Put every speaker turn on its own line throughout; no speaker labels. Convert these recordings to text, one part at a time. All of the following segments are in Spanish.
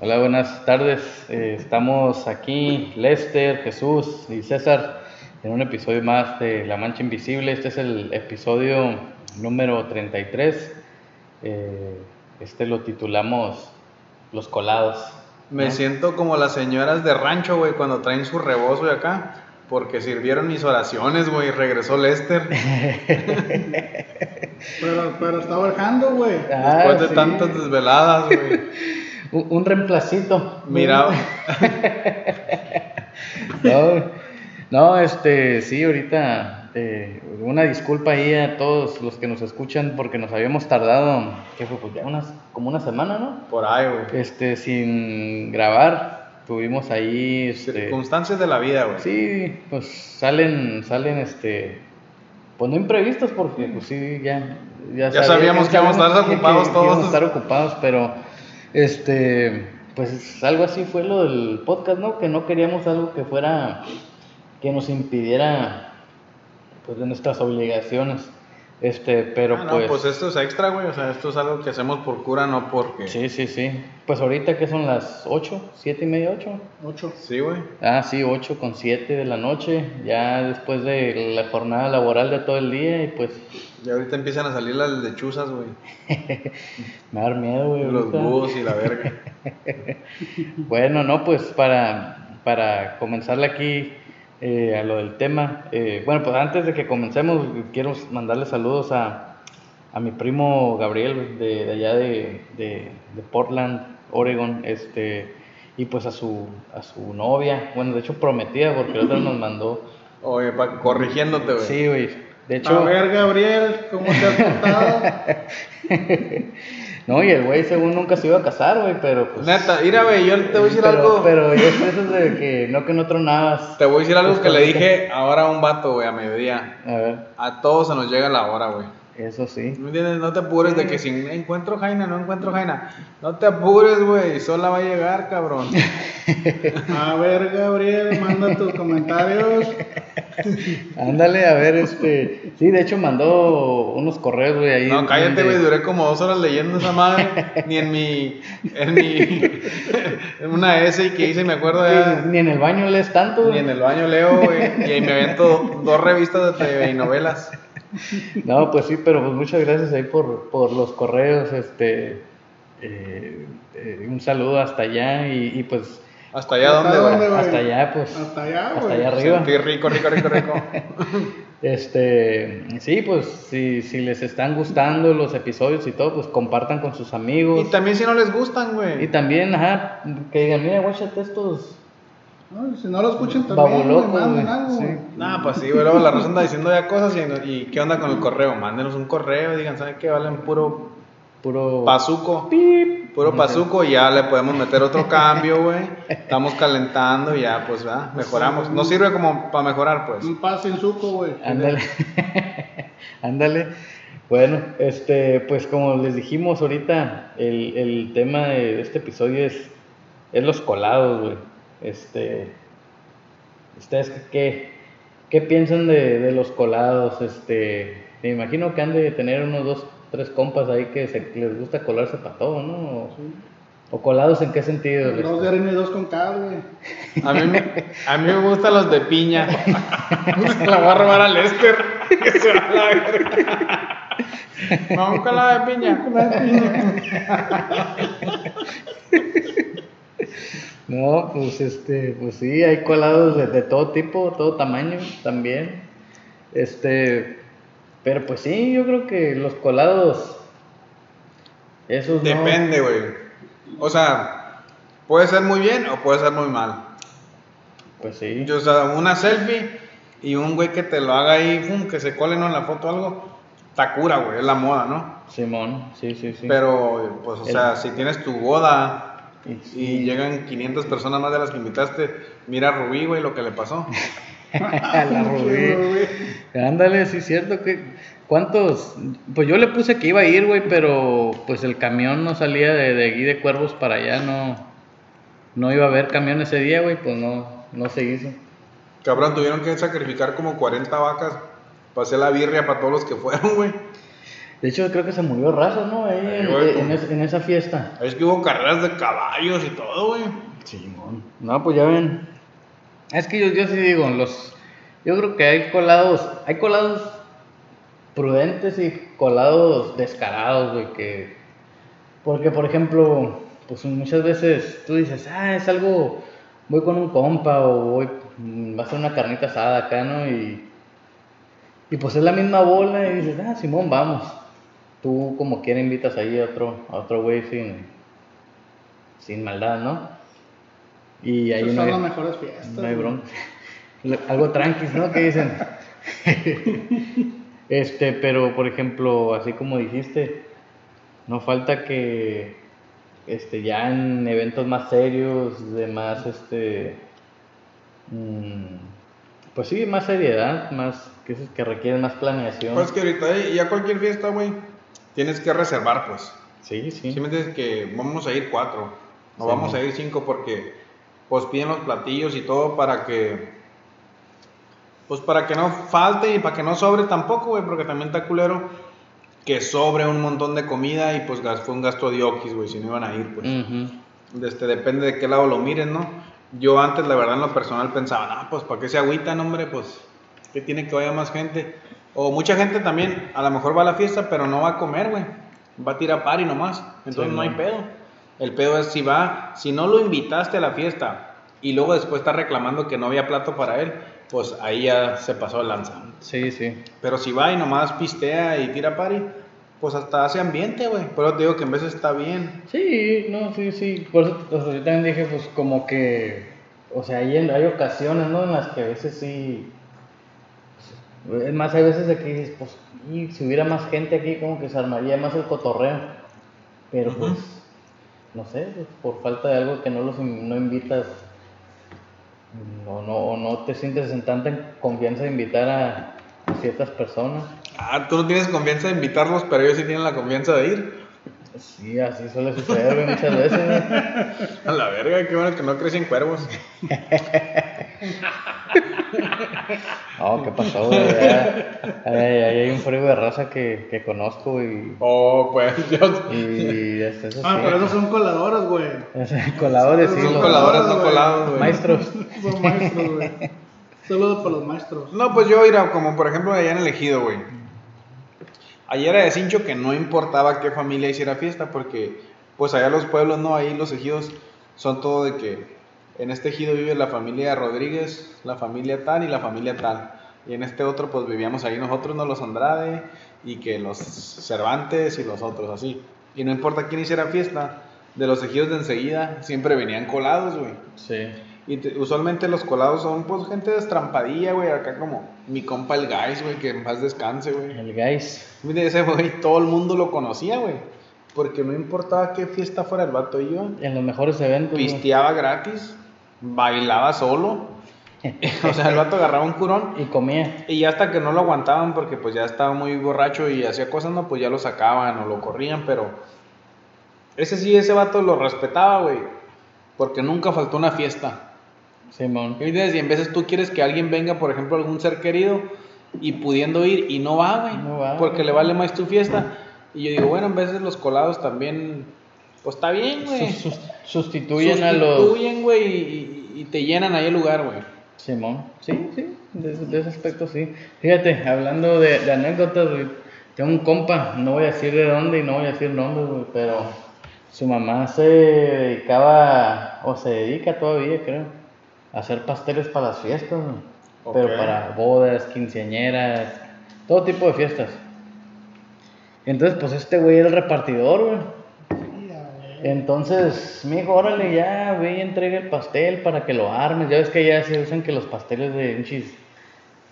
Hola, buenas tardes. Eh, estamos aquí, Lester, Jesús y César, en un episodio más de La Mancha Invisible. Este es el episodio número 33. Eh, este lo titulamos Los Colados.
Me
¿no?
siento como las señoras de rancho, güey, cuando traen su rebozo de acá. Porque sirvieron mis oraciones, güey, y regresó Lester.
Pero, pero está bajando, güey.
Ah,
Después de
sí.
tantas desveladas, güey.
Un, un reemplacito.
Mira,
No, no, este, sí, ahorita eh, una disculpa ahí a todos los que nos escuchan porque nos habíamos tardado, ¿qué fue? Pues ya unas, como una semana, ¿no?
por ahí, güey.
Este, sin grabar, tuvimos ahí, este,
Circunstancias de la vida, güey. Ah,
sí, pues salen, salen, este, pues no imprevistos porque, pues sí, ya, ya,
Ya sabíamos que íbamos a estar ocupados
que- que íbamos a
todos.
estar ocupados, pero, este, pues algo así fue lo del podcast, ¿no? Que no queríamos algo que fuera, que nos impidiera, pues, de nuestras obligaciones, este, pero
Ah, no, pues, esto es extra, güey. O sea, esto es algo que hacemos por cura, no porque.
Sí, sí, sí. Pues ahorita que son las 8, 7 y media, 8.
Ocho.
Sí, güey.
Ah, sí, 8 con 7 de la noche, ya después de la jornada laboral de todo el día y pues
Y ahorita empiezan a salir las lechuzas, güey.
me da miedo, güey.
Los
ahorita.
búhos y la verga.
Bueno, no, pues para, para comenzarle aquí eh, a lo del tema, eh, bueno, pues antes de que comencemos, quiero mandarle saludos a, a mi primo Gabriel güey, de, de allá de, de- de Portland, Oregon, este, y pues a su, a su novia, bueno, de hecho prometida, porque la otra nos mandó.
Oye, pa, corrigiéndote, güey.
Sí, güey. De
Pues, A
hecho,
ver, Gabriel, ¿cómo te has portado?
no, y el güey según nunca se iba a casar, güey, pero pues...
Neta, mira, güey, yo te voy a decir
pero,
algo.
Pero yo sé eso de que no que no tronabas.
Te voy a decir algo
Pues,
que le
ahorita.
dije ahora a un vato, güey, a mediodía.
A ver,
A todos se nos llega la hora, güey.
eso sí.
¿Me entiendes? No te apures de que si encuentro Jaina, no encuentro Jaina. No te apures, güey, sola va a llegar, cabrón.
A ver, Gabriel, manda tus comentarios.
Ándale, a ver, este. Sí, de hecho mandó unos correos, güey, ahí.
No, cállate,
donde-
güey, duré como dos horas leyendo esa madre. Ni en mi. En mi. En una S que hice, me acuerdo
Sí,
ya.
Ni en el baño lees tanto,
Ni
güey.
en el baño leo, güey. Y ahí me avento dos revistas de TV y novelas.
No, pues sí, pero pues muchas gracias ahí por, por los correos, este. eh, eh, un saludo hasta allá y, y pues
¿Hasta allá dónde,
¿Hasta
güey?
güey?
hasta allá, pues.
Hasta allá,
hasta
güey.
allá arriba.
Sentí rico, rico, rico, rico.
Este, sí, pues si, si les están gustando los episodios y todo, pues compartan con sus
Y
amigos.
también si no les gustan,
Y
güey.
también, ajá, que digan, mira, guáchate estos
No, si no lo escuchan también, güey,
babulocos,
manden
güey".
algo.
Sí.
Nah, pues sí, güey. Luego la raza anda diciendo ya cosas y, y ¿qué onda con el correo? Mándenos un correo, digan, ¿saben qué? Valen puro
Puro...
pazuco.
Pip.
Puro pazuco y ya le podemos meter otro cambio, güey. Estamos calentando y ya, pues, ¿verdad? Mejoramos. No sirve como para mejorar, pues.
Un pase en suco, güey.
Ándale. Ándale. Bueno, este, pues como les dijimos ahorita, el, el tema de este episodio es, es los colados, güey. Este, ¿ustedes qué, qué piensan de, de los colados? Este, me imagino que han de tener unos dos, tres compas ahí que se- les gusta colarse para todo, ¿no? O, o colados en qué sentido? les-
Dos de arena y dos con K, güey.
A mí, me- a mí me gustan los de piña. Se la voy a robar a Lester. Que se va a la verga. Vamos con la de piña.
No, pues este, pues sí, hay colados de, de todo tipo, todo tamaño también. Este, pero pues sí, yo creo que los colados, esos no-
Depende, güey. O sea, puede ser muy bien o puede ser muy mal.
pues sí.
Yo, o sea, una selfie y un güey que te lo haga ahí, fum, que se cole ¿no? en la foto o algo, está cura, güey, es la moda, ¿no?
Simón, sí, sí, sí.
Pero, pues, o
El-
sea, si tienes tu boda
Y-
y llegan 500 personas más de las que invitaste, mira a Rubí, güey, lo que le pasó.
a la Rubí. Ándale, sí, cierto que cuántos, pues yo le puse que iba a ir, güey, pero pues el camión no salía de de aquí de Cuervos para allá, no, no iba a haber camión ese día, güey, pues no, no se hizo.
Cabrón, tuvieron que sacrificar como 40 vacas para hacer la birria para todos los que fueron, güey.
De hecho, creo que se murió raza, ¿no? Ahí
Ahí,
en,
güey,
en
como-
es- en esa fiesta.
Es que hubo carreras de caballos y todo, güey.
Simón. No, pues ya ven. Es que yo, yo sí digo, los. Yo creo que hay colados. Hay colados prudentes y colados descarados, güey, que. Porque, por ejemplo, pues muchas veces tú dices, ah, es algo. Voy con un compa o voy. mm, Va a ser una carnita asada acá, ¿no? Y. Y pues es la misma bola y dices, ah, Simón, vamos. Tú como quiera invitas ahí a otro, a otro güey sin, sin maldad, ¿no? Y ahí
Esas
no
son
hay,
las mejores fiestas.
no hay
güey.
bronca. Lo- Algo tranquis, ¿no? ¿Qué dicen? este, pero por ejemplo, así como dijiste, no falta que este, ya en eventos más serios, de más este. mm, pues sí, más seriedad, más. que, esos que requieren más planeación.
Pues que ahorita eh, ya cualquier fiesta, güey, tienes que reservar, pues.
sí, sí.
Si me entiendes que vamos a ir cuatro, no
Sí,
vamos
¿no?
a ir cinco porque pues piden los platillos y todo para que pues para que no falte y para que no sobre tampoco, güey, porque también está culero que sobre un montón de comida y pues gas- fue un gasto de oquis, güey, si no iban a ir, pues.
Ujú.
Este, depende de qué lado lo miren, ¿no? Yo antes, la verdad, en lo personal pensaba, ah, pues, ¿para qué se agüitan, hombre? Pues, ¿qué tiene que vaya más gente? O mucha gente también, a lo mejor va a la fiesta, pero no va a comer, güey. Va a tirar party nomás. Entonces
Sí,
no hay
no.
pedo. El pedo es si va, si no lo invitaste a la fiesta y luego después está reclamando que no había plato para él, pues ahí ya se pasó el lanza.
Sí, sí.
Pero si va y nomás pistea y tira party, pues hasta hace ambiente, güey. Pero te digo que en veces está bien.
Sí, no, sí, sí. Por eso o sea, yo también dije, pues como que, o sea, hay, hay ocasiones, ¿no? En las que a veces sí... pues, Es más, hay veces de que dices, pues, y si hubiera más gente aquí, como que se armaría más el cotorreo. Pero
Ujú.
pues, no sé, pues, por falta de algo que no los in- no invitas, no, no, o no te sientes en tanta confianza de invitar a, a ciertas personas.
Ah, tú no tienes confianza de invitarlos, pero ellos sí tienen la confianza de ir.
Sí, así suele suceder güey, muchas veces, ¿no?
A la verga, qué bueno que no crecen cuervos.
No, ¿qué pasó, güey? Ahí ahí- ahí hay un frío de raza que, que conozco y.
Oh, pues yo.
Y es- eso
Ah, pero esos
sí.
son coladoras, güey.
Es- Coladores, sí.
Son
los-
coladoras, no
güey.
colados, güey.
Maestros.
Son maestros, güey. Saludos para los maestros.
No, pues yo era como por ejemplo allá en elegido, güey. Ayer era de cincho que no importaba qué familia hiciera fiesta, porque pues allá los pueblos, no, ahí los ejidos son todo de que en este ejido vive la familia Rodríguez, la familia tal y la familia tal. Y en este otro pues vivíamos ahí nosotros, no los Andrade y que los Cervantes y los otros así. Y no importa quién hiciera fiesta, de los ejidos de enseguida siempre venían colados, güey.
Sí.
Y te- usualmente los colados son pues gente destrampadilla, güey. Acá como mi compa el Guys, güey, que en paz descanse, güey.
El guys.
Mire, ese güey todo el mundo lo conocía, güey. Porque no importaba qué fiesta fuera el vato y yo.
En los mejores eventos. güey.
Pisteaba gratis, bailaba solo. o sea, el vato agarraba un curón.
Y comía.
Y ya hasta que no lo aguantaban porque pues ya estaba muy borracho y hacía cosas, no, pues ya lo sacaban o lo corrían, pero ese sí, ese vato lo respetaba, güey. Porque nunca faltó una fiesta.
Simón.
¿Me entiendes? Y en veces tú quieres que alguien venga, por ejemplo, algún ser querido y pudiendo ir y no va, güey.
No va,
porque
güey.
le vale más tu fiesta. Y yo digo, bueno, en veces los colados también, pues está bien, güey.
Sus- sus- sustituyen a los.
Sustituyen, güey, y, y- y te llenan ahí el lugar, güey.
Simón. Sí, sí. De, ese- de ese aspecto, sí. Fíjate, hablando de, de anécdotas, güey, Tengo un compa, no voy a decir de dónde y no voy a decir nombres, güey, pero su mamá se dedicaba, o se dedica todavía, creo, a hacer pasteles para las fiestas, güey.
Ok.
pero para bodas, quinceañeras, todo tipo de fiestas. Entonces, pues este güey era el repartidor, güey. Entonces, me dijo, órale, ya, ve y entrega el pastel para que lo armes. Ya ves que ya se usan que los pasteles de hinchis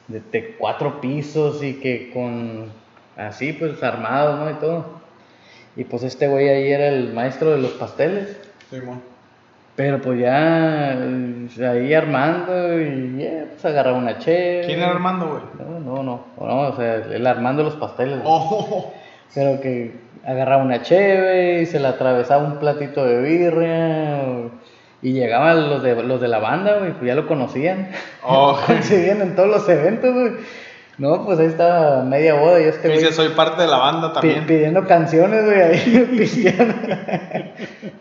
de, de cuatro pisos y que con así, pues armados, ¿no? Y todo. Y pues este güey ahí era el maestro de los pasteles. Pero pues ya eh, ahí armando y ya, pues agarraba una che.
¿Quién era Armando, güey?
No, no, no, no, o sea, el armando los pasteles. güey.
Oh,
Pero que agarraba una cheve y se la atravesaba un platito de birria. o- Y llegaban los de, los de la banda, güey, pues ya lo conocían.
oh.
Coincidían en todos los eventos, güey. No, pues ahí estaba media boda y este
Y
güey
dice, soy parte de la banda
pi-
también.
pidiendo canciones, güey, ahí pisteando.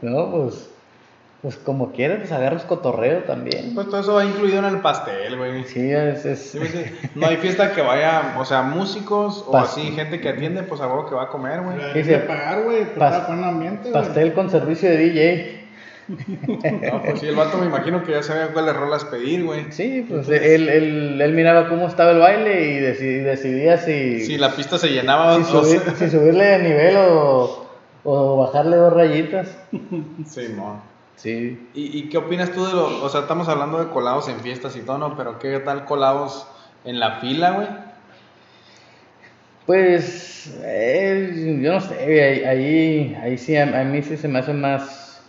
no, pues, pues como quieras, pues agarras cotorreo también.
Pues todo eso va incluido en el pastel, güey.
Sí, es, es-
Sí, pues, sí. No hay fiesta que vaya, o sea, músicos o
Pastel.
así, gente que atiende, pues a huevo que va a comer, güey.
Hay
Dice,
que pagar, güey,
pas-
para buen ambiente, güey.
pastel con servicio de DJ.
No, pues sí, el vato me imagino que ya sabía cuáles rolas pedir, güey.
Sí, pues él, él, él miraba cómo estaba el baile y deci- decidía si,
Si la pista se llenaba,
si
Ah, no
subir-
sé.
si subirle de nivel o, o bajarle dos rayitas.
Sí, no.
Sí,
¿Y, y qué opinas tú de lo, o sea, estamos hablando de colados en fiestas y todo, ¿no? Pero ¿qué tal colados en la fila, güey?
Pues, eh, yo no sé, güey, ahí, ahí, ahí sí, a, a mí sí se me hace más,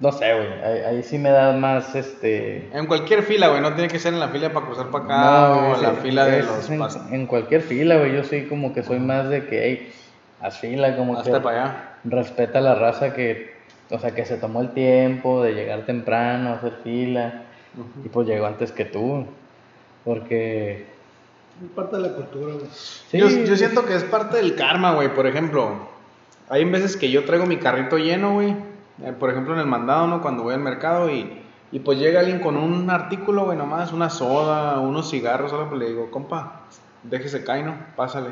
no sé, güey, ahí, ahí sí me da más, este,
En cualquier fila, güey, no tiene que ser en la fila para cruzar para acá
no,
o
güey,
en la
sí,
fila de
es
los
en,
pas-
en cualquier fila, güey, yo sí como que soy más de que, hey, haz fila, como
hasta
que
para allá.
respeta a la raza que, o sea, que se tomó el tiempo de llegar temprano, hacer fila, y pues llegó antes que tú, porque,
Es parte de la cultura, güey.
sí,
yo, yo siento que es parte del karma, güey. Por ejemplo, hay veces que yo traigo mi carrito lleno, güey. Eh, Por ejemplo, en el mandado, ¿no? Cuando voy al mercado y, y pues llega alguien con un artículo, güey, nomás, una soda, unos cigarros, algo, pues le digo, compa, déjese caer, ¿no? Pásale.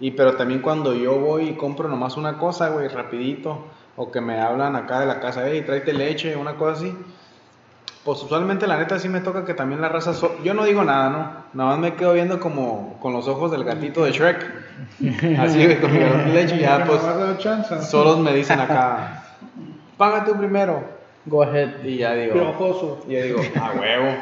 Y pero también cuando yo voy y compro nomás una cosa, güey, rapidito, o que me hablan acá de la casa, hey, tráete leche, una cosa así. Pues usualmente la neta sí me toca que también la raza... so- Yo no digo nada, ¿no? Nada más me quedo viendo como con los ojos del gatito de Shrek. Así, güey, con mi galón de leche y ya,
Porque no
pues
vas a dar chance.
solos me dicen acá, paga tú primero.
go ahead,
Y ya digo,
Piojoso.
y yo digo, a huevo.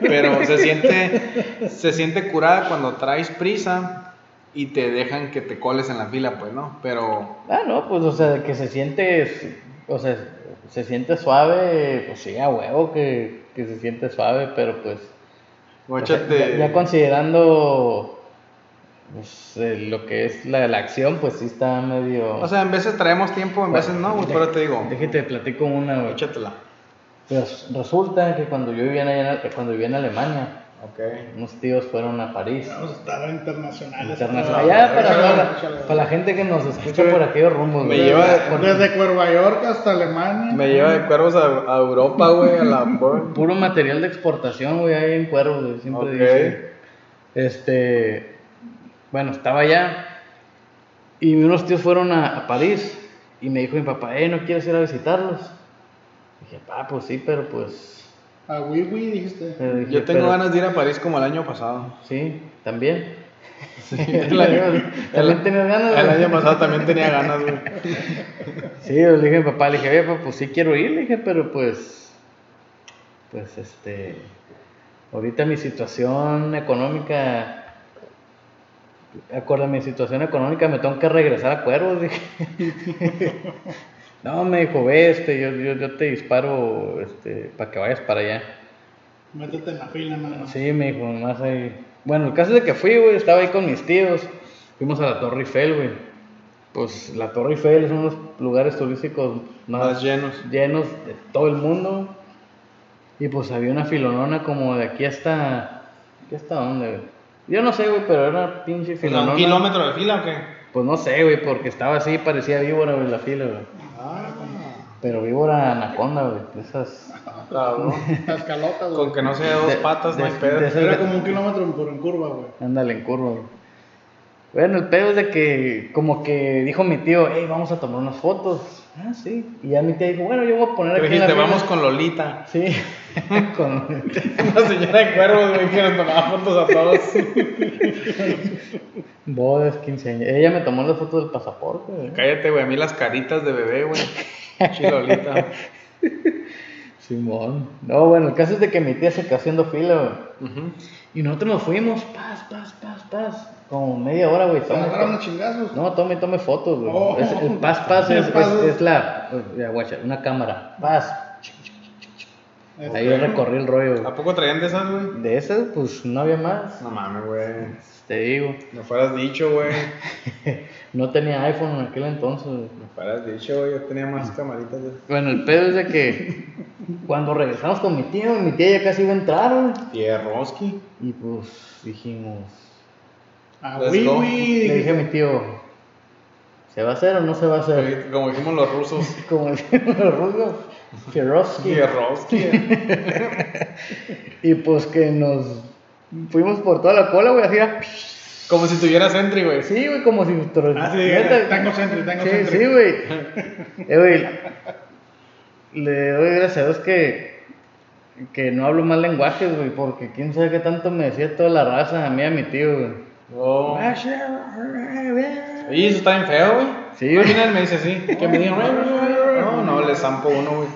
Pero se siente, se siente curada cuando traes prisa y te dejan que te coles en la fila, pues, ¿no? Pero
Ah, no, pues, o sea, que se siente, o sea, se siente suave, pues sí, a huevo que, que se siente suave, pero pues, o sea,
guáchate,
ya, ya considerando pues, eh, lo que es la, la acción, pues sí está medio...
o sea, en veces traemos tiempo, en veces no, güey,
Dej-
pero te digo,
Déjate, platico una, güey.
échatela.
Pues, resulta que cuando yo vivía en, allá en- cuando vivía en Alemania,
Ok.
unos tíos fueron a París.
Vamos a estar internacionales.
Internacional. Allá, para,
Échale,
para-
échale.
para la gente que nos escucha por aquellos rumbos,
Me
güey.
lleva-
Por-
Desde Cuerva York hasta Alemania.
Me lleva de cuervos a, a Europa, güey, a la...
Puro material de exportación, güey, ahí en cuervos, güey, siempre
Ok.
dicen. Este, bueno, estaba allá y unos tíos fueron a, a París y me dijo mi papá, eh, ¿no quieres ir a visitarlos? dije, pa, pues sí, pero pues...
A Wiwi dijiste.
pero dije,
Yo tengo
pero-
ganas de ir a París como el año pasado.
Sí, también.
el año-
También tenías ganas.
El
güey?
año pasado también tenía ganas, güey.
Sí, yo le dije a mi papá, le dije, oye, papá, pues sí quiero ir, le dije, pero pues, pues este, ahorita mi situación económica, acorde a mi situación económica, me tengo que regresar a Cuervos, dije. no, me dijo, ve, este, yo, yo, yo te disparo, este, para que vayas para allá.
Métete en la fila, mano.
Sí, me dijo, nomás ahí. Bueno, el caso es de que fui, güey, estaba ahí con mis tíos. Fuimos a la Torre Eiffel, güey. Pues la Torre Eiffel es uno de los lugares turísticos
Más
más
llenos.
llenos de todo el mundo. Y pues había una filonona como de aquí hasta. ¿Aquí hasta dónde, güey? Yo no sé, güey, pero era pinche
¿Un
filonona.
kilómetro de fila o qué?
Pues no sé, güey, porque estaba así, parecía víbora, güey, la fila, güey.
Ah.
Ah,
Pero víbora anaconda, güey, de esas.
Cabrón.
Las calotas, güey.
Con que no sea dos
De-
patas, no hay
de-
pedo.
de esas
Era como un kilómetro por en curva, güey.
Ándale en curva, güey. Bueno, el pedo es de que, como que dijo mi tío, hey, vamos a tomar unas fotos. Ah, sí. Y ya mi tía dijo, bueno, yo voy a poner
Tú
aquí. en la
dijiste,
fila".
vamos con Lolita.
Sí. Con-
Una señora de cuervos, güey, que nos tomaba fotos a todos.
Bodas, 15 años. Ella me tomó las fotos del pasaporte, güey.
Cállate, güey, a mí las caritas de bebé, güey. Sí, Lolita.
Simón. No, bueno, el caso es de que mi tía se quedó haciendo fila, güey.
Ujú.
Y nosotros nos fuimos, paz, paz, paz, paz. Como media hora, güey.
Se
estamos-
agarraron a chingazos.
No, tome, tome fotos, güey.
Oh.
Es- el paz, paz es,
El paz
es-
es-
es la. ya, guacha, una cámara. Paz.
Este,
Ahí yo recorrí el rollo.
¿A
güey.
poco traían de esas, güey?
De esas, pues no había más.
No mames, güey.
Te digo,
No fueras dicho, güey.
no tenía iPhone en aquel entonces. güey.
No fueras dicho, güey. Yo tenía más camaritas, güey.
Bueno, el pedo es de que cuando regresamos con mi tío, mi tía ya casi iba a entrar, güey.
Tierroski.
Y pues dijimos,
A
Let's
Wii
go.
Wii.
le dije a mi tío, ¿se va a hacer o no se va a hacer?
Como dijimos los rusos.
Como decían los rusos, Fierovsky.
Tierroski.
Y pues que nos fuimos por toda la cola, güey, así a-
Como si tuvieras entry, güey.
Sí, güey, como si...
Ah, sí,
Neta,
tango centro, tango
Sí, sí,
centro.
güey. Eh, güey, Le doy gracias a Dios que, que no hablo más lenguajes, güey, porque quién sabe qué tanto me decía toda la raza, a mí y a mi tío, güey.
Oh. Y eso está bien feo, güey.
Sí,
Al
güey.
final me dice así. Que me digan, no, no, le zampo uno, güey.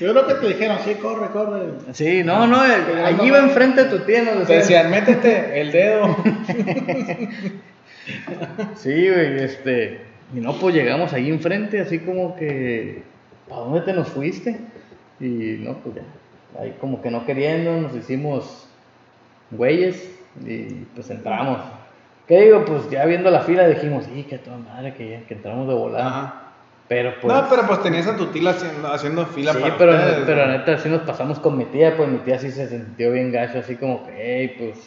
Yo creo que te dijeron, sí, corre, corre.
Sí, no, no, el- allí iba enfrente de tu tía, nos
Te
decía.
decían, métete el dedo.
Sí, güey, este. Y no, pues llegamos ahí enfrente, así como que. ¿Para dónde te nos fuiste? Y no, pues ya. Ahí como que no queriendo, nos hicimos güeyes y pues entramos. ¿Qué digo? Pues ya viendo la fila dijimos, sí, que toda madre, que ya que entramos de volada.
Ajá.
Pero pues.
no, pero pues tenías a tu tila haciendo, haciendo fila
sí,
para
pero,
ustedes,
pero
güey.
neta, sí nos pasamos con mi tía, pues mi tía sí se sintió bien gacho, así como que, hey, pues.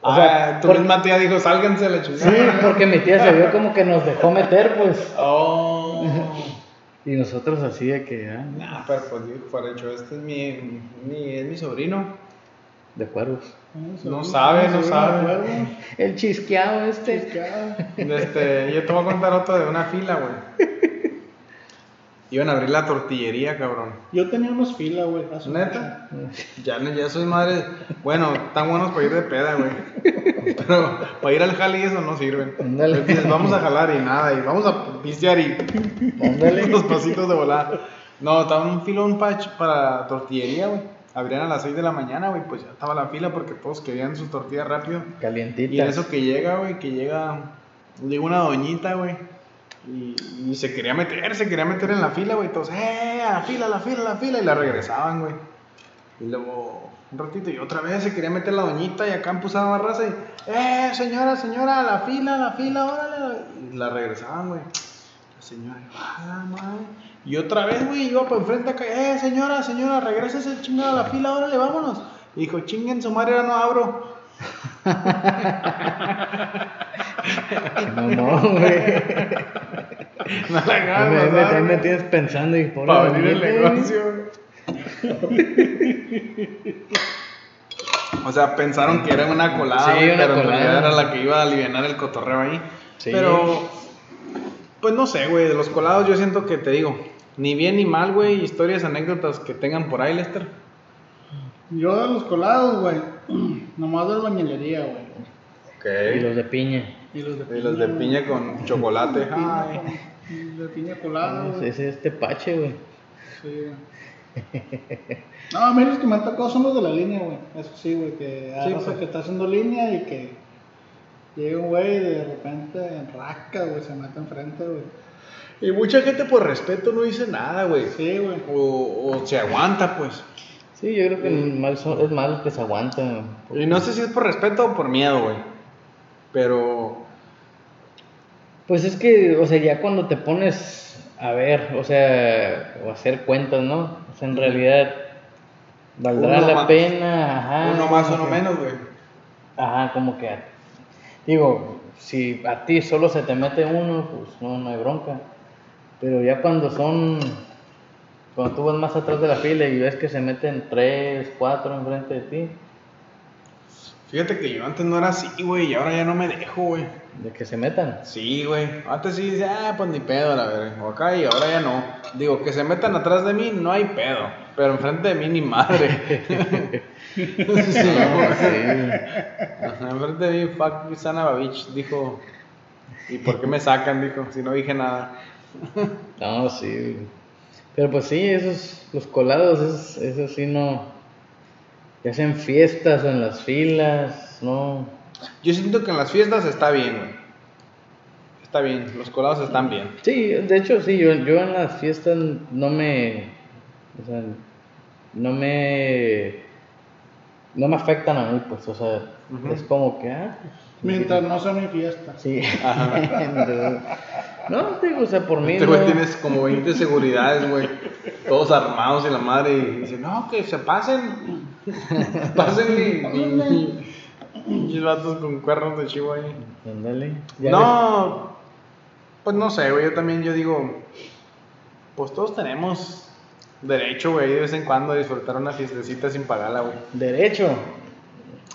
o
Ah,
sea,
tu
por-
misma tía dijo, sálganse a la
Sí,
chingada.
porque mi tía se vio como que nos dejó meter, pues.
Oh.
Y nosotros así de que, ah,
Nah, pero pues digo, por hecho, este es mi, mi- es mi sobrino.
de cuervos.
No sabe, no sabe.
El chisqueado este.
Pescado.
Este, yo te voy a contar otro de una fila, güey. Iban a abrir la tortillería, cabrón.
Yo tenía unos fila, güey. hace mucho.
¿Neta? Ya, no- ya soy madre. Bueno, están buenos para ir de peda, güey. Pero para ir al jale y eso no sirven.
Ándale.
Dices, vamos a jalar y nada, y vamos a pistear y
Ándale.
los pasitos de volada. No, estaba un filón patch para tortillería, güey. Abrían a las 6 de la mañana, güey, pues ya estaba la fila porque todos querían sus tortillas rápido. Y en
Calientitas.
eso que llega, güey, que llega, llega una doñita, güey. Y, y se quería meter, se quería meter en la fila, güey. Entonces, ¡eh! A la fila, a la fila, a la fila. Y la regresaban, güey. Y luego, un ratito, y otra vez se quería meter la doñita. Y acá empusaba más raza. Y, ¡eh! Señora, señora, a la fila, a la fila, órale. Y la regresaban, güey. La señora, ¡ah, la madre! Y otra vez, güey, iba para enfrente acá. ¡eh! Señora, señora, regrésese el chingado a la fila, órale, vámonos. Y dijo, chinguen su madre, ahora no abro.
Qué mamón, güey.
No la
Ahí me,
agarras,
me- ahí me
¿sabes?
tienes pensando y pobre.
Para abrir el
doñita,
negocio. O sea, pensaron que era una colada,
Sí,
güey,
una
pero en
colada.
realidad era la que iba a aliviar el cotorreo ahí.
Sí.
Pero, pues no sé, güey, de los colados yo siento que te digo, ni bien ni mal, güey, historias, anécdotas que tengan por ahí, Lester.
Yo de los colados, güey. Nomás de albañilería, güey.
Ok.
Y los de piña.
Y los de
Y los de piña con chocolate. Ay.
Piña, de piña
Ah,
colada,
Es-
güey.
Es este pache, güey.
Sí. No, a mí los que me han tocado son los de la línea, güey. Eso sí, güey, que hay
Sí,
raza
pues.
que está haciendo línea y que llega un güey y de repente rasca, güey, se mata enfrente, güey.
Y mucha gente por respeto no dice nada, güey.
Sí, güey.
O, o se aguanta, pues.
Sí, yo creo que mal son- es malo que se aguanta.
Y no sé si es por respeto o por miedo, güey. Pero
Pues es que, o sea, ya cuando te pones a ver, o sea, o hacer cuentas, ¿no? O sea, en realidad, ¿valdrá
Uno
la
más.
pena? Ajá.
uno más,
o
uno menos, güey.
Ajá, como que. Digo, si a ti solo se te mete uno, pues no, no hay bronca. Pero ya cuando son. Cuando tú vas más atrás de la fila y ves que se meten tres, cuatro enfrente de ti,
Fíjate que yo antes no era así, güey, y ahora ya no me dejo, güey.
de que se metan.
Sí, güey. Antes sí decía, ah, pues ni pedo, la verga. O acá y ahora ya no. Digo, que se metan atrás de mí, no hay pedo. Pero enfrente de mí, ni madre. Sí, güey. Ajá, enfrente de mí, fuck Sana Babich, dijo. ¿Y por qué me sacan? Dijo, si no dije nada.
No, sí. Pero pues sí, esos, los colados, esos, esos sí no. Ya hacen fiestas en las filas, no.
Yo siento que en las fiestas está bien, güey. Está bien, los colados están bien.
Sí, de hecho sí, yo, yo en las fiestas no me... O sea, no me no me afectan a mí, pues, o sea,
Ujú.
es como que, ah, pues,
Mientras no sea mi fiesta.
Sí. Entonces, no, te digo, o sea, por mí.
Este güey
no.
tienes como 20 seguridades, güey. Todos armados y la madre. Y dicen, no, que se pasen. pasen y. Pinches vatos con cuernos de chivo ahí.
Ándale. Ya
No, pues no sé, güey. Yo también, yo digo, pues todos tenemos derecho, güey, de vez en cuando a disfrutar una fiestecita sin pagarla, güey.
ves. Derecho.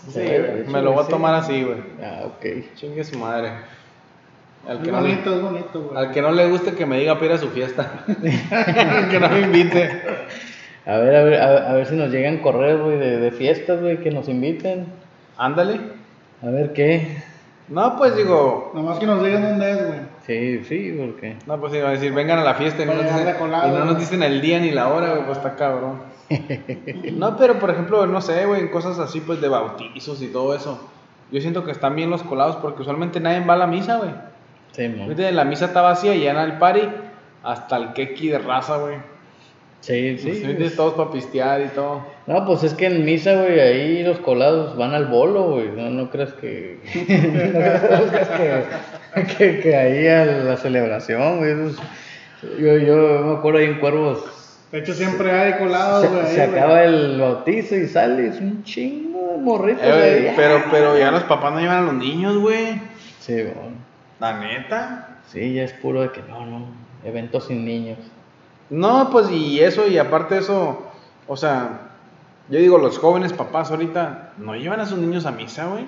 Sí,
Eh,
güey.
derecho,
Me lo voy a
sí.
tomar así, güey.
Ah, ok.
Chingue su madre. Al
Es
que, no le,
bonito, es bonito, güey.
al que no le guste que me diga para ir a su fiesta. Al que no me invite.
A ver, a ver, a, a ver si nos llegan correos, güey, de, de fiestas, güey, que nos inviten.
Ándale.
A ver qué.
No, pues digo.
Nomás que nos digan dónde es, güey.
Sí, sí, porque.
No, pues iba a decir, vengan a la fiesta y no,
Para
nos dicen,
llevarle colado,
y no nos
¿no?
dicen el día ni la hora, güey, pues está cabrón. No, pero por ejemplo, no sé, güey, en cosas así, pues de bautizos y todo eso. Yo siento que están bien los colados porque usualmente nadie va a la misa, güey.
Sí, mo.
Ahorita La misa está vacía y ya en el party hasta el keki de raza, güey.
Sí, sí.
Sí, pues.
güey.
todos para pistear y todo.
No, pues es que en misa, güey, ahí los colados van al bolo, güey. No, no creas que. no creas que, que, que ahí a la celebración, güey. eso es- Yo, yo me acuerdo ahí en Cuervos.
De hecho, siempre hay colados,
Se,
Ah, güey.
se
ahí, güey.
acaba el bautizo y sale, es un chingo de morritos.
Eh, güey,
ahí.
pero, pero ya los papás no llevan a los niños, güey.
Sí, bueno,
La neta.
sí, ya es puro de que no, no, eventos sin niños.
No, pues y eso, y aparte eso, o sea, yo digo, los jóvenes papás ahorita no llevan a sus niños a misa, güey.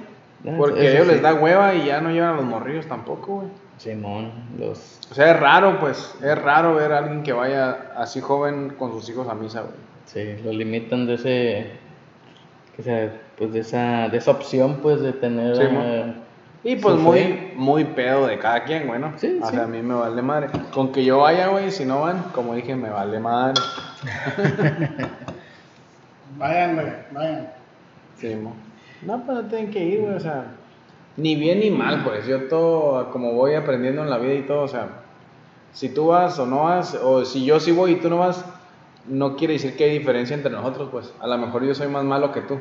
Ah,
Porque a
eso
ellos
sí.
les da hueva y ya no llevan a los morrillos tampoco, güey.
Simón, los.
O sea, es raro, pues, es raro ver a alguien que vaya así joven con sus hijos a misa, güey.
Sí, los limitan de ese. Que sea, pues de esa, de esa opción, pues de tener.
Sí,
eh,
mo. Y pues
Sí,
muy, muy pedo de cada quien, güey, ¿no?
Sí,
o
sí.
sea, a mí me vale madre. Con que yo vaya, güey, si no van, como dije, me vale madre.
Vayan, güey, vayan.
Sí, mo. No, pues no tienen que ir, güey, o sea, ni bien ni mal, pues. Yo todo, como voy aprendiendo en la vida y todo, o sea, si tú vas o no vas, o si yo sí voy y tú no vas, no quiere decir que hay diferencia entre nosotros, pues. A lo mejor yo soy más malo que tú.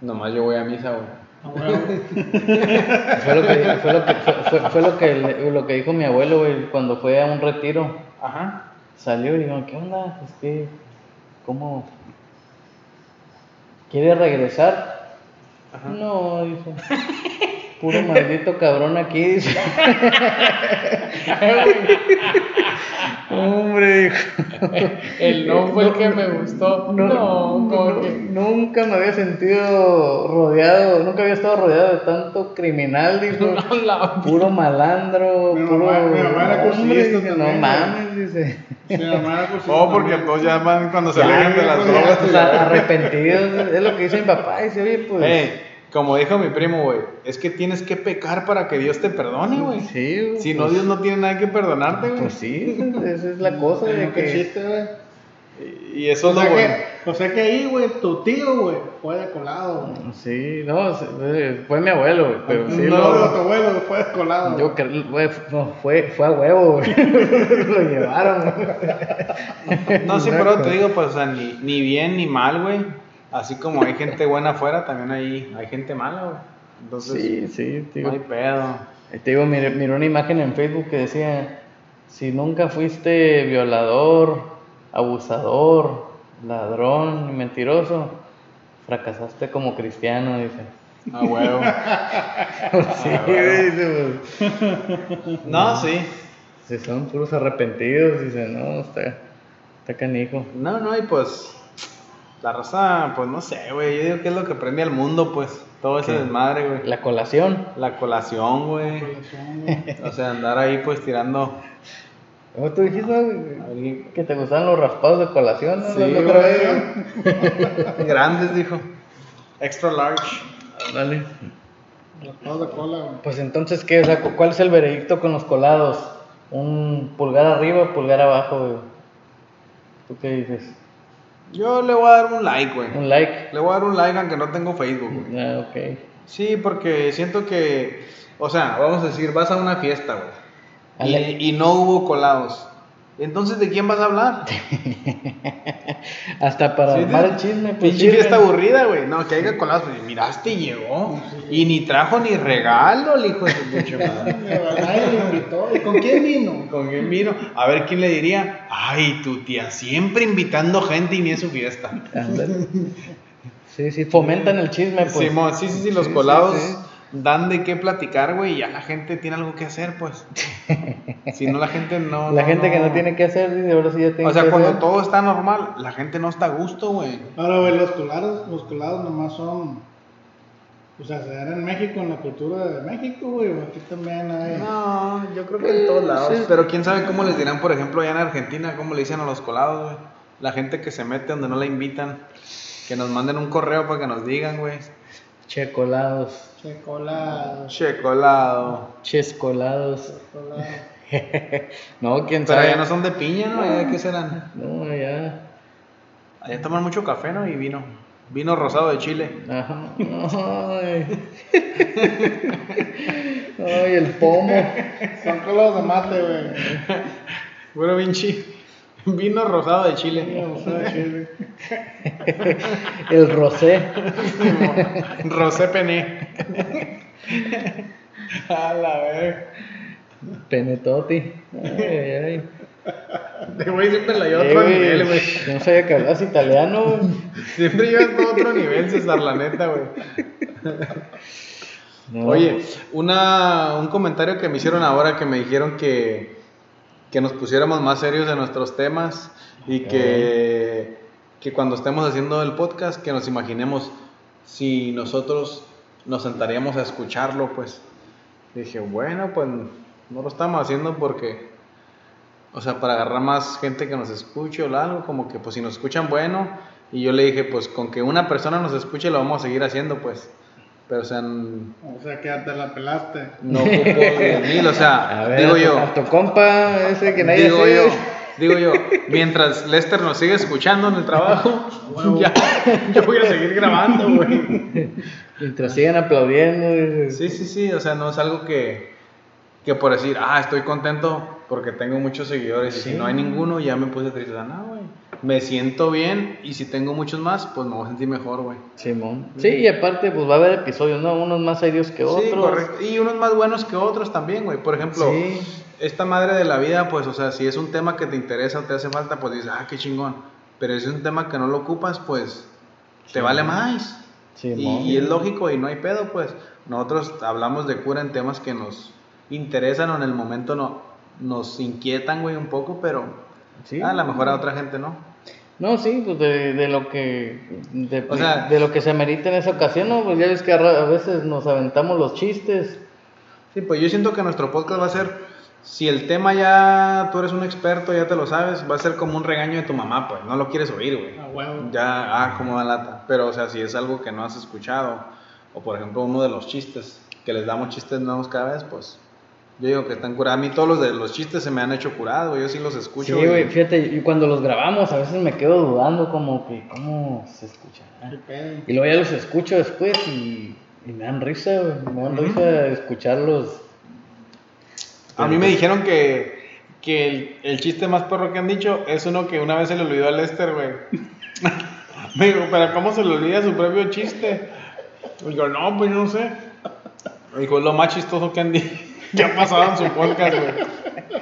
Nomás yo voy a misa, güey.
A huevo.
Fue lo que, fue lo que, fue, fue- fue lo que, le- lo que dijo mi abuelo, güey, cuando fue a un retiro.
Ajá.
Salió y digo, ¿qué onda? Es que, ¿cómo? ¿Quiere regresar?
Ajá.
No, dice. Puro maldito cabrón aquí, dice. Hombre, dijo,
El no fue el que me gustó.
no, no, nunca me había sentido rodeado, nunca había estado rodeado de tanto criminal, dijo. Puro malandro,
Mi
puro.
mamá- mi mamá era
hombre,
cursillista
dije, no
también, güey.
mames, dice.
Mi mamá pues, era cursista,
Oh, porque
güey.
todos ya pues, van cuando se
Ya,
alejan de las
ya,
drogas.
este
o sea, Pues, arrepentidos, es lo que dice mi papá, dice, oye, pues.
Ey, Eh, como dijo mi primo, güey, es que tienes que pecar para que Dios te perdone, güey.
sí, güey,
Si no,
pues,
Dios no tiene nada que perdonarte, güey.
Pues sí, esa es la cosa
Es
de
lo que
que.
existe, güey.
y eso
O
es lo
sea
bueno.
que, o sea que ahí, güey, tu tío, güey, fue de colado, güey.
Sí, no, se- fue mi abuelo, güey, pero sí
No,
lo-
No, tu abuelo güey, fue de colado.
Yo
güey.
creo, güey, no, fue, fue a huevo, güey. lo llevaron, güey.
No, sí, pero te digo, pues, o sea, ni, ni bien ni mal, güey. Así como hay gente buena afuera, también hay, hay gente mala, güey. Entonces,
Sí, sí, te
no hay
digo.
pedo.
Te digo, miré, miré una imagen en Facebook que decía: si nunca fuiste violador, abusador, ladrón y mentiroso, fracasaste como cristiano, dice.
A huevo.
Sí,
Ah,
güey,
bueno.
dice, pues,
No, sí.
si son puros arrepentidos, dice, no, está, está canijo.
No, no, y pues la raza, pues no sé, güey. Yo digo que es lo que prende al mundo, pues. Todo ese
¿Qué?
desmadre, güey.
La colación.
La colación, güey.
Corazón, güey.
O sea, andar ahí pues tirando
¿Cómo tú dijiste
a
güey,
alguien.
que te gustaban los raspados de colación? ¿no?
Sí,
La otra
güey.
vez,
Grandes, dijo. Extra large.
güey. Dale.
Los pedos de cola, güey.
Pues entonces, ¿qué? O sea, cu- ¿cuál es el veredicto con los colados? ¿Un pulgar arriba, pulgar abajo, güey? ¿Tú qué dices?
Yo le voy a dar un like, güey.
¿Un like?
Le voy a dar un like aunque no tengo Facebook, güey.
Ah, ok.
Sí, porque siento que, o sea, vamos a decir, vas a una fiesta, güey.
Ale-
Y, y no hubo colados. Entonces, ¿de quién vas a hablar?
Hasta para
Sí,
armar
sí.
el chisme. pues,
Pinche
sirve.
fiesta aburrida, güey. No, que haya colados. Pues, miraste, llegó. Y ni trajo ni regalo el hijo de su pinche madre.
Nadie lo invitó. ¿Y con quién vino?
¿Con quién vino? A ver quién le diría. Ay, tu tía, siempre invitando gente y ni es su fiesta.
Ándale. Sí, sí, fomentan el chisme, pues.
Simón, sí, sí, sí, los
Sí, sí,
colados
sí.
dan de qué platicar, güey, y ya la gente tiene algo que hacer, pues. si no, la gente no.
La gente que no tiene que hacer, dice, ahora sí ya tiene
O sea,
que
cuando
hacer.
todo está normal, la gente no está a gusto, güey.
Ahora, güey, los colados, los colados nomás son. O sea, se dan en México, en la cultura de México, güey. o Aquí también hay.
No, yo creo que en todos lados.
sí.
Pero quién sabe cómo les dirán, por ejemplo, allá en Argentina, cómo le dicen a los colados, güey. La gente que se mete donde no la invitan, que nos manden un correo para que nos digan, güey.
Che colados,
Che, colados.
Che, colado.
ches colados.
che, colados.
No, quién
Pero
sabe.
allá no son de piña, ¿no? Allá, ¿Qué serán?
No, ya.
Allá toman mucho café, ¿no? Y vino. Vino rosado de Chile.
Ajá. Ay. Ay, el pomo.
Son colados de mate, güey.
Bueno, Vinci. Vino rosado de
Sí,
Chile.
o sea, chile.
El rosé.
Rosé Pené. A la verga.
Penetoti. Ay, ay, ay.
Te voy Este siempre la llevo a
Eh,
otro
güey,
nivel, güey.
yo No sabía que hablabas italiano, güey.
Siempre llevas todo a otro nivel, César, la neta, güey.
No.
Oye, una, un comentario que me hicieron ahora que me dijeron que, que nos pusiéramos más serios en nuestros temas y que, que cuando estemos haciendo el podcast, que nos imaginemos si nosotros nos sentaríamos a escucharlo, pues. Dije, bueno, pues no lo estamos haciendo porque, o sea, para agarrar más gente que nos escuche o algo, como que pues si nos escuchan, bueno. Y yo le dije, pues con que una persona nos escuche lo vamos a seguir haciendo, pues. Pero, o sea, n-
O sea, que ya te la pelaste.
no ocupo 10 mil, o sea,
A ver,
digo
a tu-
yo.
A tu compa, ese que nadie
Digo
sigue.
yo, digo yo, mientras Lester nos sigue escuchando en el trabajo, ya, yo voy a seguir grabando, güey.
Mientras sigan aplaudiendo. dices,
Sí, sí, sí, o sea, no es algo que, que por decir, ah, estoy contento porque tengo muchos seguidores y si
Sí.
no hay ninguno ya me puse triste, o sea, no, güey. Me siento bien y si tengo muchos más, pues me voy a sentir mejor, güey.
Simón. Sí, y aparte, pues va a haber episodios, ¿no? Unos más serios que otros.
Sí, correcto. Y unos más buenos que otros también, güey. Por ejemplo,
Sí.
esta madre de la vida, pues, o sea, si es un tema que te interesa o te hace falta, pues dices, ah, qué chingón. Pero si es un tema que no lo ocupas, pues, te vale más. y,
Simón.
y es lógico y no hay pedo, pues. Nosotros hablamos de cura en temas que nos interesan o en el momento no, nos inquietan, güey, un poco, pero
Sí.
ah, a lo mejor a otra gente no.
No, sí, pues de, de lo que de,
O sea-
de lo que se merita en esa ocasión, ¿no? Pues ya ves que a ra- a veces nos aventamos los chistes.
Sí, pues yo siento que nuestro podcast va a ser, si el tema ya tú eres un experto, ya te lo sabes, va a ser como un regaño de tu mamá, pues no lo quieres oír, güey.
A huevo.
Ya, ah, como da lata. Pero, o sea, si es algo que no has escuchado, o por ejemplo uno de los chistes, que les damos chistes nuevos cada vez, pues yo digo que están curados. A mí todos los de los chistes se me han hecho curado, güey, yo sí los escucho.
sí,
güey.
güey, fíjate, y cuando los grabamos a veces me quedo dudando como que cómo se escucha.
Qué pedo.
Y luego ya los escucho después y, y me dan risa, güey, me dan
Ujú.
risa escucharlos.
A mí me dijeron que, que el, el chiste más perro que han dicho es uno que una vez se le olvidó a Lester, güey. me dijo, pero ¿cómo se le olvida su propio chiste? Y yo, no, pues no sé. Me dijo, es lo más chistoso que han, di- que han pasado en su podcast, güey.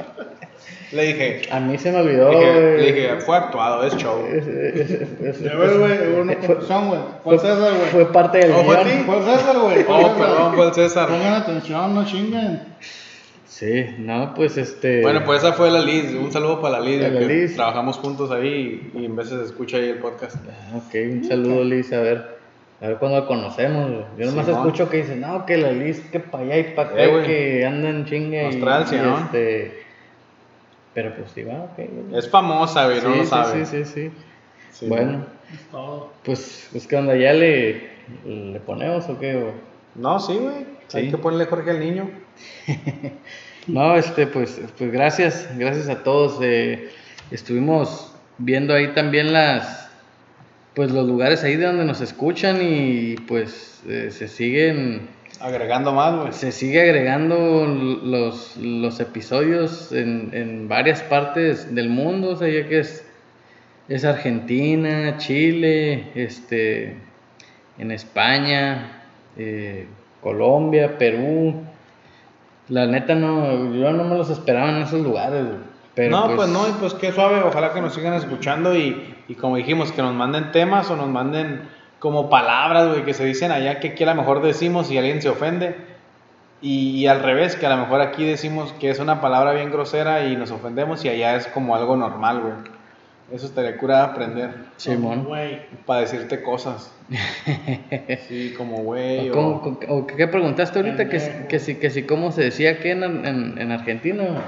Le dije,
A mí se me olvidó,
le dije,
güey.
le dije, fue actuado, es show.
Es- es- es- es-
Ya ves, güey, hubo una confusión, güey. ¿Cuál César, güey?
Fue parte del
¿O fue a
guión.
ti?
¿Cuál César, güey? ¿Cuál
Oh,
César?
perdón, fue el César.
Pongan atención, no chinguen.
Sí, no, pues este.
Bueno, pues esa fue la Liz. Un saludo para la Liz.
Para la
que
Liz.
Trabajamos juntos ahí y en veces escucha ahí el podcast.
Ah, Ok, un saludo, Liz. A ver, a ver cuándo la conocemos. güey. Yo nomás
Simón.
escucho que dicen, no, que la Liz, que para allá y para acá,
Eh,
y
güey.
que andan chingue. y-
Australia,
y,
¿no?
este, Pero pues sí, va, ok. güey.
Es famosa, güey,
sí,
no lo
sí,
sabe.
sí, sí, sí.
Sí.
Bueno,
Es todo.
pues, pues qué onda, ya le, le ponemos o qué, güey?
No, sí, güey.
Sí.
Hay que ponerle Jorge al niño.
No, este, pues, pues gracias, gracias a todos. eh, estuvimos viendo ahí también las, pues los lugares ahí de donde nos escuchan y pues eh, se siguen,
Agregando más, güey.
se sigue agregando l- los, los episodios en, en varias partes del mundo, o sea, ya que es, es Argentina, Chile, este, en España, eh, Colombia, Perú. La neta no, yo no me los esperaba en esos lugares, güey. Pero
no, pues, no, y pues qué suave, ojalá que nos sigan escuchando y, y como dijimos, que nos manden temas o nos manden como palabras, güey, que se dicen allá que aquí a lo mejor decimos y alguien se ofende. Y, y al revés, que a lo mejor aquí decimos que es una palabra bien grosera y nos ofendemos y allá es como algo normal, güey. Eso estaría curada aprender
Simón.
Güey,
para decirte cosas. Sí, como güey.
¿O
o-
cómo- co- o qué preguntaste ahorita? Que, si-
Pendejo.
que, si, que si cómo se decía que en, en, en Argentina, güey.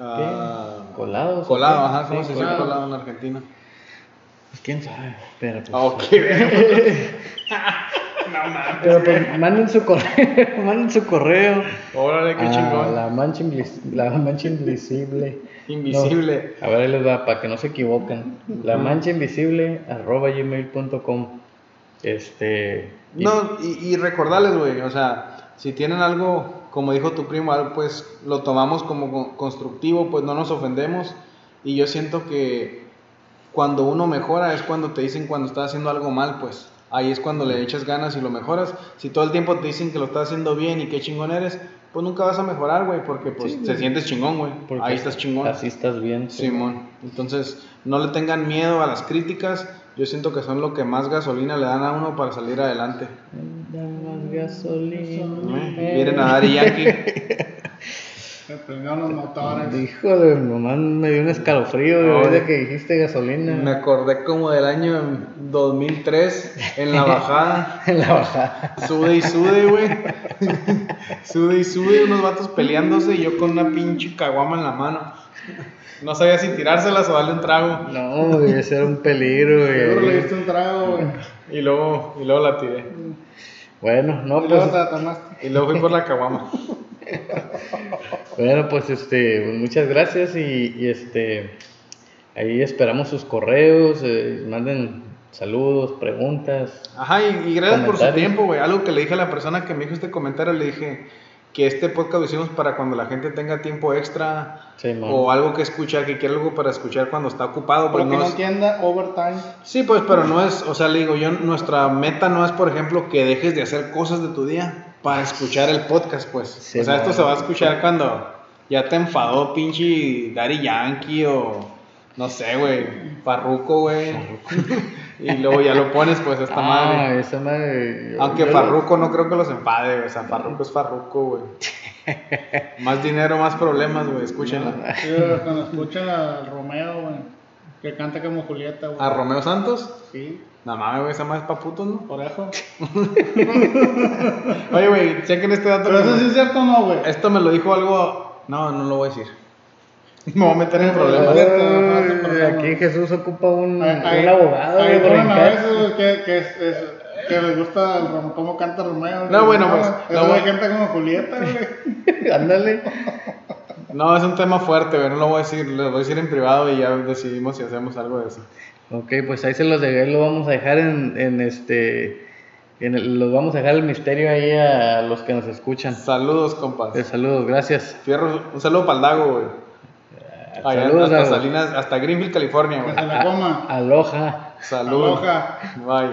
ah,
colados.
colado,
¿o qué?
ajá, ¿cómo
Sí,
se dice
colado.
colado en Argentina?
Pues quién sabe, pero pues,
Ah, ok.
pero, pues, manden su correo, manden su correo.
Órale, qué
a
chingón.
Ah, La mancha, invis- la mancha invisible.
Invisible.
No, a ver, ahí les va, para que no se equivoquen. La mancha invisible arroba gmail.com. Este. y-
No, y, y recordarles, güey, o sea, si tienen algo, como dijo tu primo, algo, pues lo tomamos como co- constructivo, pues no nos ofendemos. Y yo siento que cuando uno mejora es cuando te dicen cuando estás haciendo algo mal, pues ahí es cuando
Mm.
le echas ganas y lo mejoras. Si todo el tiempo te dicen que lo estás haciendo bien y qué chingón eres, pues nunca vas a mejorar, güey, porque pues te sientes chingón, güey.
porque
Ahí estás chingón.
Así estás bien. sí.
Simón. Entonces, no le tengan miedo a las críticas. Yo siento que son lo que más gasolina le dan a uno para salir adelante.
Anda más gasolina.
Eh, Miren a Daddy Yankee.
se prendieron los motores.
Híjole, nomás me dio un escalofrío
No,
güey,
güey.
de que dijiste gasolina.
Me acordé como del año 2003 en la bajada.
En la bajada.
Sude y sude, güey. Sude y sude, unos vatos peleándose y yo con una pinche caguama en la mano. No sabía si tirárselas o darle un trago.
No, güey, ese era un peligro,
Seguro le
güey.
diste un trago, güey.
Y luego, y luego la tiré.
Bueno, no,
y luego
pues.
te la tomaste.
Y luego fui por la caguama.
Bueno, pues este, muchas gracias y, y, este, ahí esperamos sus correos, eh, manden saludos, preguntas.
Ajá, y, y gracias por su
Comentarios.
tiempo, güey. Algo que le dije a la persona que me dijo este comentario, le dije que este podcast lo hicimos para cuando la gente tenga tiempo extra
Sí, man.
o algo que escuchar, que quiera algo para escuchar cuando está ocupado.
Para
Pero
que
pues,
no
no es-
entienda, overtime.
sí, pues, pero no es, o sea, le digo, yo, nuestra meta no es, por ejemplo, que dejes de hacer cosas de tu día para escuchar el podcast, pues.
Sí,
o sea, esto
man.
se va a escuchar cuando ya te enfadó pinche Daddy Yankee o, no sé, güey, Parruco, güey. y luego ya lo pones, pues, esta
Ah,
madre.
esa madre. yo-
Aunque
yo-
Farruco no creo que los enfade, güey. O sea, Farruco es Farruco, güey. más dinero, más problemas, güey. Escúchenla.
Sí, güey, cuando escuchan a Romeo, güey, que canta como Julieta, güey.
A Romeo Santos.
Sí,
No mames, güey. Esa más es pa' putos, ¿no?
por eso.
Oye, güey, chequen este dato.
Pero
que
eso sí
me-
es cierto o no, güey.
Esto me lo dijo algo. No, no lo voy a decir. Me voy a meter en
Ay,
problemas.
Problemas.
aquí Jesús ocupa un,
Hay- hay-
un abogado.
Hay
güey, para
bueno, a
hincar.
veces güey, que, que, es, es- que les gusta el rom- cómo canta Romeo.
No, bueno, pues,
La
no,
güey
güey.
canta como Julieta, güey.
Ándale.
No, es un tema fuerte, güey. No lo voy a decir. Lo voy a decir en privado y ya decidimos si hacemos algo de eso.
Ok, pues ahí se los dejé, lo vamos a dejar en, en este. En el- los vamos a dejar el misterio ahí a los que nos escuchan.
Saludos, compas.
Eh, saludos, gracias.
Fierro, un saludo para el Dago, güey. Allá
saludos
hasta
a-
Salinas, hasta Greenfield, California,
Que
güey.
se la coma.
Aloha.
Saludos.
Aloha.
Bye.